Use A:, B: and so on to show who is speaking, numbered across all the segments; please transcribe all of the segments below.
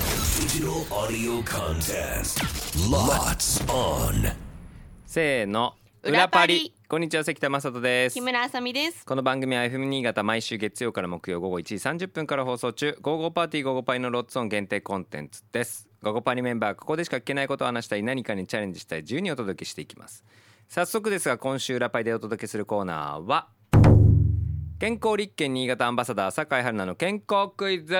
A: Digital audio contest. Lots on.
B: せーの
C: 裏パリ
B: こんにちは関田正人です
C: 木村あさみです。
B: この番組は FM 新潟毎週月曜から木曜午後1時30分から放送中「午後パーティー午後パイ」のロッツオン限定コンテンツです午後パリメンバーここでしか聞けないことを話したい何かにチャレンジしたい自由にお届けしていきます早速ですが今週裏パイでお届けするコーナーは健康立憲新潟アンバサダー酒井春菜の健康クイズ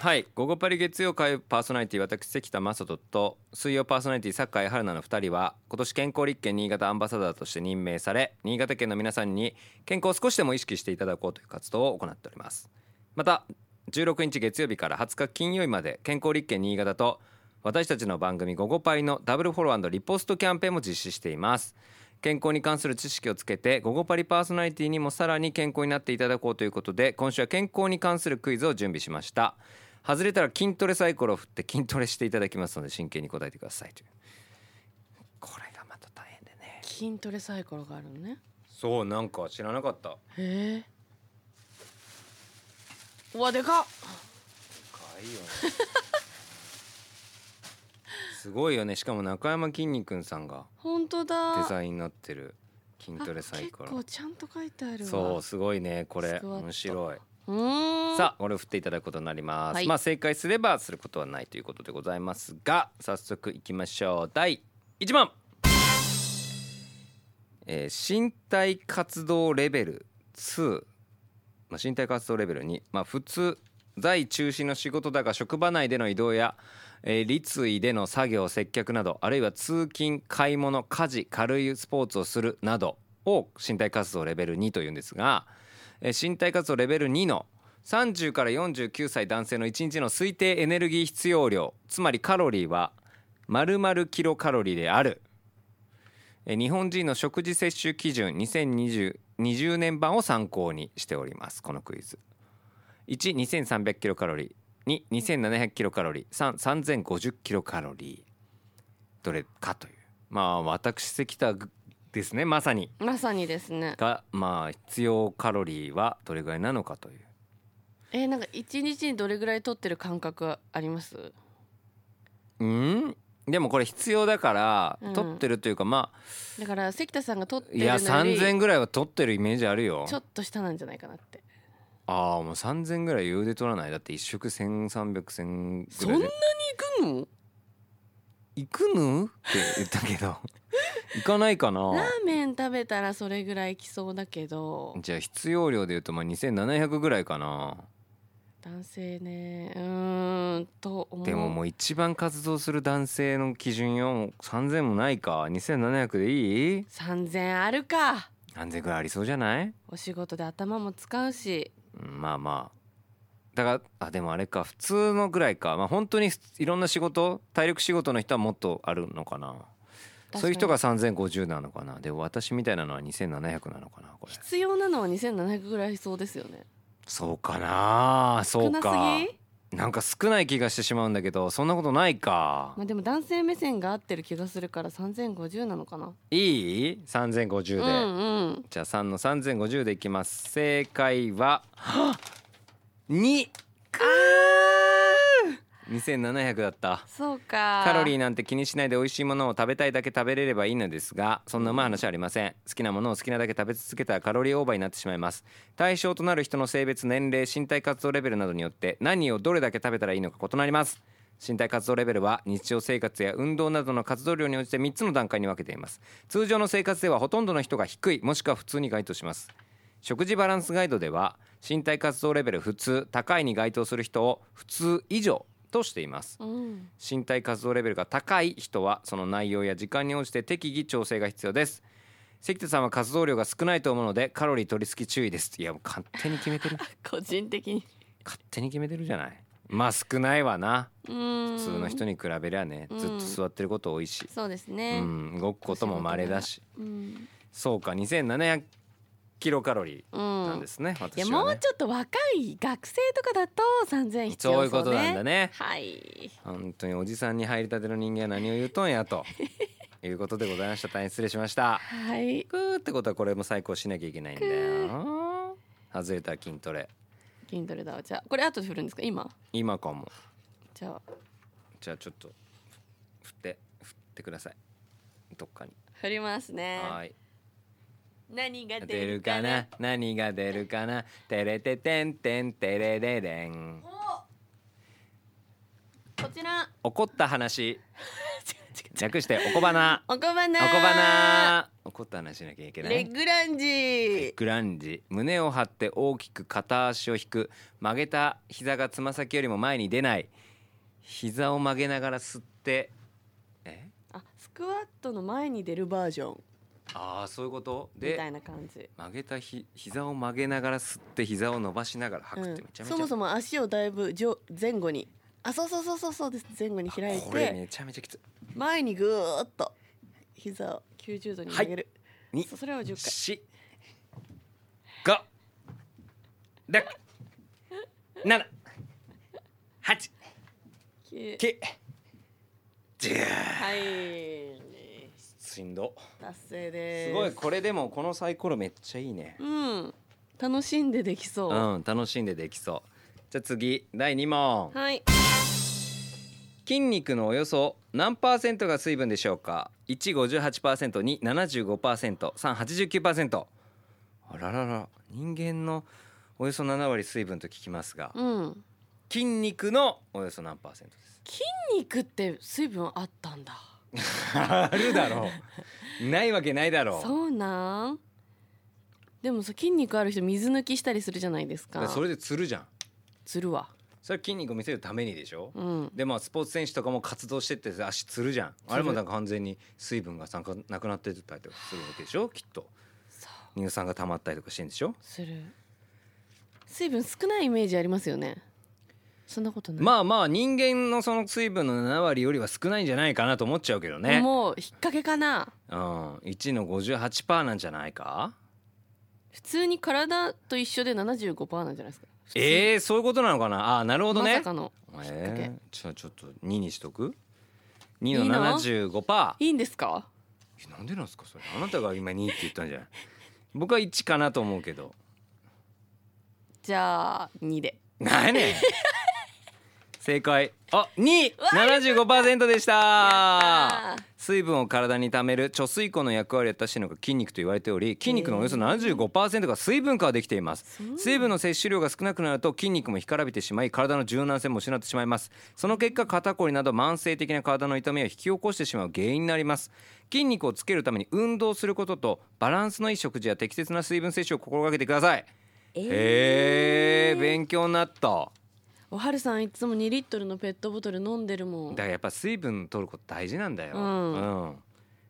B: はい「午後パリ」月曜会パーソナリティ私関田正人と水曜パーソナリティ酒井春菜の2人は今年健康立憲新潟アンバサダーとして任命され新潟県の皆さんに健康を少しでも意識していただこうという活動を行っておりますまた16日月曜日から20日金曜日まで健康立憲新潟と私たちの番組「午後パイ」のダブルフォローリポストキャンペーンも実施しています健康に関する知識をつけて「午後パリ」パーソナリティにもさらに健康になっていただこうということで今週は健康に関するクイズを準備しました外れたら筋トレサイコロを振って筋トレしていただきますので真剣に答えてくださいというこれがまた大変でね
C: 筋トレサイコロがあるのね。
B: そうなんか知らなかった
C: へえ。うわでかっ。
B: いいよね すごいよねしかも中山きんに君さんが
C: 本当だ。
B: デザインになってる筋トレサイコ
C: あ
B: ロ
C: 結構ちゃんと書いてあるわ。
B: そうすごいねこれ
C: スクワット
B: 面白いう
C: ーん。
B: さあこれを振っていただくことになります、
C: はい
B: まあ正解すればすることはないということでございますが早速いきましょう第1問、えー身体活動レベル2、まあ、身体活動レベル2、まあ、普通在中心の仕事だが職場内での移動や、えー立位での作業接客などあるいは通勤買い物家事軽いスポーツをするなどを身体活動レベル2というんですが、えー身体活動レベル2の30から49歳男性の1日の推定エネルギー必要量つまりカロリーは丸々キロカロリーであるえー日本人の食事摂取基準2020 20年版を参考にしておりますこのクイズ12300キロカロリー22700キロカロリー3 3050キロカロリーどれかというまあ私関田ですねまさに
C: まさにですね。
B: がまあ必要カロリーはどれぐらいなのかという
C: えー、なんか一日にどれぐらい取ってる感覚あります？
B: うんでもこれ必要だから、
C: うん
B: 取ってるというかまあ
C: だから関田さんが取ってる
B: い
C: のよ
B: や
C: り
B: 3,000ぐらいは取ってるイメージあるよ
C: ちょっと下なんじゃないかなって。
B: ああもう3,000ぐらい余裕で取らないだって一食1300,000
C: そ
B: ぐ
C: ん
B: ら
C: ないに
B: で
C: 行くの？
B: 行くのって言ったけ ど行かないかな
C: ラーメン食べたらそれぐらいきそうだけど、
B: じゃあ必要量でいうとまあ2,700ぐらいかな
C: 男性ね、うーんと思う。
B: でももう一番活動する男性の基準よもう3,000もないか2,700でいい
C: 三千あるか。
B: 何千ぐらいありそうじゃない
C: お仕事で頭も使うし
B: うんまあまあだからあでもあれか普通のぐらいかまあ本当にふいろんな仕事体力仕事の人はもっとあるのかな
C: かに
B: そういう人が3050なのかなで私みたいなのは2700なのかな これ
C: 必要なのは2700ぐらいそうですよね
B: そうかなそ
C: 少
B: う
C: なす
B: か
C: ぎ
B: なんか少ない気がしてしまうんだけどそんなことないか
C: まあでも男性目線が合ってる気がするから3050なのかない
B: い ?3050 で、
C: うんうん
B: じゃあ3の3050でいきます正解は2
C: か
B: 2700だった
C: そうか
B: カロリーなんて気にしないで美味しいものを食べたいだけ食べれればいいのですがそんなうまい話はありません好きなものを好きなだけ食べ続けたらカロリーオーバーになってしまいます対象となる人の性別年齢身体活動レベルなどによって何をどれだけ食べたらいいのか異なります身体活動レベルは日常生活や運動などの活動量に応じて3つの段階に分けています通常の生活ではほとんどの人が低いもしくは普通に該当します食事バランスガイドでは身体活動レベル普通高いに該当する人を普通以上としています
C: うん
B: 身体活動レベルが高い人はその内容や時間に応じて適宜調整が必要です関田さんは活動量が少ないと思うのでカロリー取り付き注意ですいやもう勝手に決め てる
C: 個人的に
B: 勝手に決めてるじゃないまあ少ないわな
C: うーん
B: 普通の人に比べりゃね
C: うん
B: ずっと座ってること多いし、
C: そうです
B: う
C: ね
B: ん、動くことも稀だし
C: うん、
B: そうか2700キロカロリ
C: う
B: ー
C: ん
B: なんですね、
C: いや
B: 私
C: も
B: は
C: う
B: ね
C: ちょっと若い学生とかだと3000必要
B: そういうことなんだね
C: はい
B: 本当におじさんに入りたての人間は何を言うとんやということでございました大変失礼しました
C: はい
B: くーってことはこれも最高しなきゃいけないんだよ。外れたら筋トレ。
C: Kindle だわじゃあこれ後で振るんですか今
B: 今かも
C: じゃあ
B: じゃあちょっと振って振ってくださいどっかに
C: 振りますね
B: はーい
C: 何が
B: 出るかな何が出るかなテレテテンテンテレレレン
C: こちら
B: 怒った 話略しておこばな
C: おこば
B: お
C: な
B: こばな怒った話しなきゃいけない
C: レッグランジ
B: グランジ胸を張って大きく片足を引く曲げた膝がつま先よりも前に出ない膝を曲げながら吸ってえ
C: あスクワットの前に出るバージョン
B: ああそういうこと
C: みたい
B: で
C: な感じ
B: 曲げたひ膝を曲げながら吸って膝を伸ばしながら
C: う
B: 吐くってめ
C: ん
B: ちゃめちゃ、
C: そもそも足をだいぶ上前後にあそうそうそうそうそうです前後に開い
B: これ
C: て
B: めちゃめちゃきつい
C: 前にぐーっと膝を90度に
B: はい
C: 上げる、
B: に
C: そそれを10回
B: し五六七八
C: き
B: 九十
C: はい
B: しんど
C: 達成です
B: すごいこれでもこのサイコロめっちゃいいね
C: うん楽しんでできそう、
B: うん楽しんでできそうじゃあ次第2問
C: はい
B: 筋肉のおよそ何パーセントが水分でしょうか158%に 75%389% あららら人間のおよそ7割水分と聞きますが
C: うん
B: 筋肉のおよそ何パーセントです
C: 肉って水分あったんだ
B: あるだろう ないわけないだろう
C: そうなんでもさ筋肉ある人水抜きしたりするじゃないです
B: だか
C: から
B: それでつるじゃん
C: つるわ
B: それは筋肉を見せるためにでしょ、
C: うん
B: でまあスポーツ選手とかも活動してって足つるじゃんあれもなんか完全に水分がなんかなくなってたりとかするわけでしょきっと
C: そう
B: 乳酸が溜まったりとかしてんでしょ
C: する水分少ないイメージありますよねそんなことない、
B: まあまあ人間のその水分の7割よりは少ないんじゃないかなと思っちゃうけどね、
C: もう引っ掛けかな
B: うん、1の58%なんじゃないか
C: 普通に体と一緒で75%なんじゃないですか普通に
B: えー、そういうことなのかなあーなるほど
C: ま
B: ね
C: さかの掛け
B: えー、じゃあちょっと2にしとく2
C: いいの
B: の75%パー
C: いいんですか
B: えなんでなんですかそれあなたが今2って言ったんじゃない僕は1かなと思うけど
C: じゃあ2で
B: 何 ね正解あ2 75%でした
C: やったー
B: 水分を体に貯める貯水庫の役割を果たしているのが筋肉と言われており筋肉のおよそ75%が水分からできています水分の摂取量が少なくなると筋肉も干からびてしまい体の柔軟性も失ってしまいますその結果肩こりなど慢性的な体の痛みを引き起こしてしまう原因になります筋肉をつけるために運動することとバランスのいい食事や適切な水分摂取を心がけてくださいへえ勉強になった
C: おはるさんいつも2リットルのペットボトル飲んでるもん
B: だからやっぱ水分取ること大事なんだよ、
C: うん
B: うん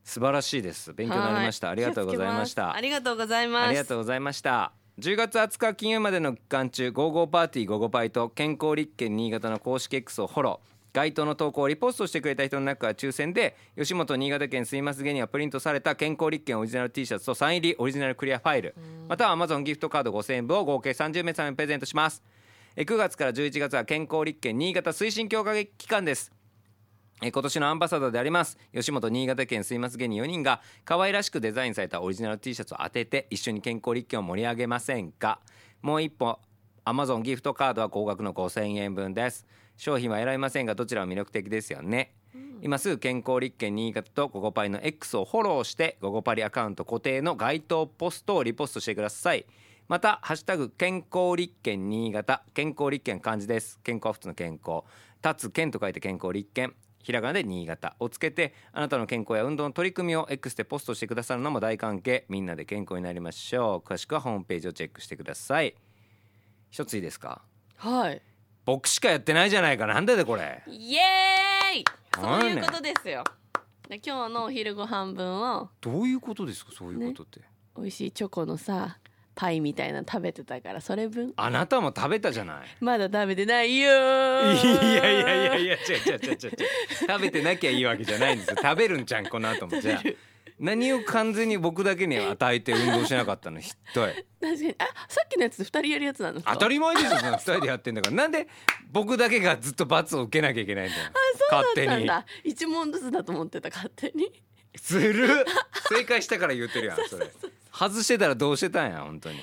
B: 素晴らしいです勉強になりました
C: は
B: ありがとうございまし
C: 気をつけ
B: た
C: すありがとうございます
B: ありがとうございました。10月20日金曜までの期間中、55パーティー55パイと健康立憲新潟の公式 X をフォロー。該当の投稿をリポストしてくれた人の中から抽選で吉本新潟県睡ます芸にはプリントされた健康立憲オリジナル T シャツとサイン入りオリジナルクリアファイルまたは Amazon ギフトカード5000円分を合計30名様にプレゼントしますえー9月から11月は健康立憲新潟推進強化期間ですえー今年のアンバサダーであります吉本新潟県すいます芸人4人が可愛らしくデザインされたオリジナル T シャツを当てて一緒に健康立憲を盛り上げませんかもう一本 Amazon ギフトカードは高額の5000円分です商品は選びませんがどちらも魅力的ですよね、今すぐ健康立憲新潟とゴゴパリの X をフォローしてゴゴパリアカウント固定の該当ポストをリポストしてくださいまた「ハッシュタグ健康立憲新潟」健康立憲漢字です健康は普通の健康立つ健と書いて健康立憲ひらがなで新潟をつけてあなたの健康や運動の取り組みを X でポストしてくださるのも大関係みんなで健康になりましょう詳しくはホームページをチェックしてください一ついいですか
C: はい
B: 僕しかやってないじゃないかなんででこれ
C: イエーイそういうことですよで今日のお昼ご飯分を
B: どういうことですかそういうことって、
C: 美味しいチョコのさパイみたいなの食べてたからそれ分
B: あなたも食べたじゃない
C: まだ食べてないよー
B: いやいやいやいや違う違う違う違う違う食べてなきゃいいわけじゃないんですよ食べるんじゃんこの後もじゃあ何を完全に僕だけに与えて運動しなかったのひっどい
C: 確かにあさっきのやつ2人やるやつなの
B: 当たり前ですよその二人でやってんだからなんで僕だけがずっと罰を受けなきゃいけないんだよ勝
C: そう
B: 手
C: だったん
B: に
C: だ1問ずつだと思ってた勝手に
B: ずるっ正解したから言ってるやんそれ外してたらどうしてたんや本当に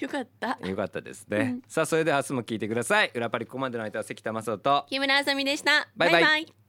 C: よかった
B: よかったですね、さあそれでは明日も聞いてください裏パリここまでの相手は関田正人と
C: 木村あさみでした
B: バイバイ
C: バイバイ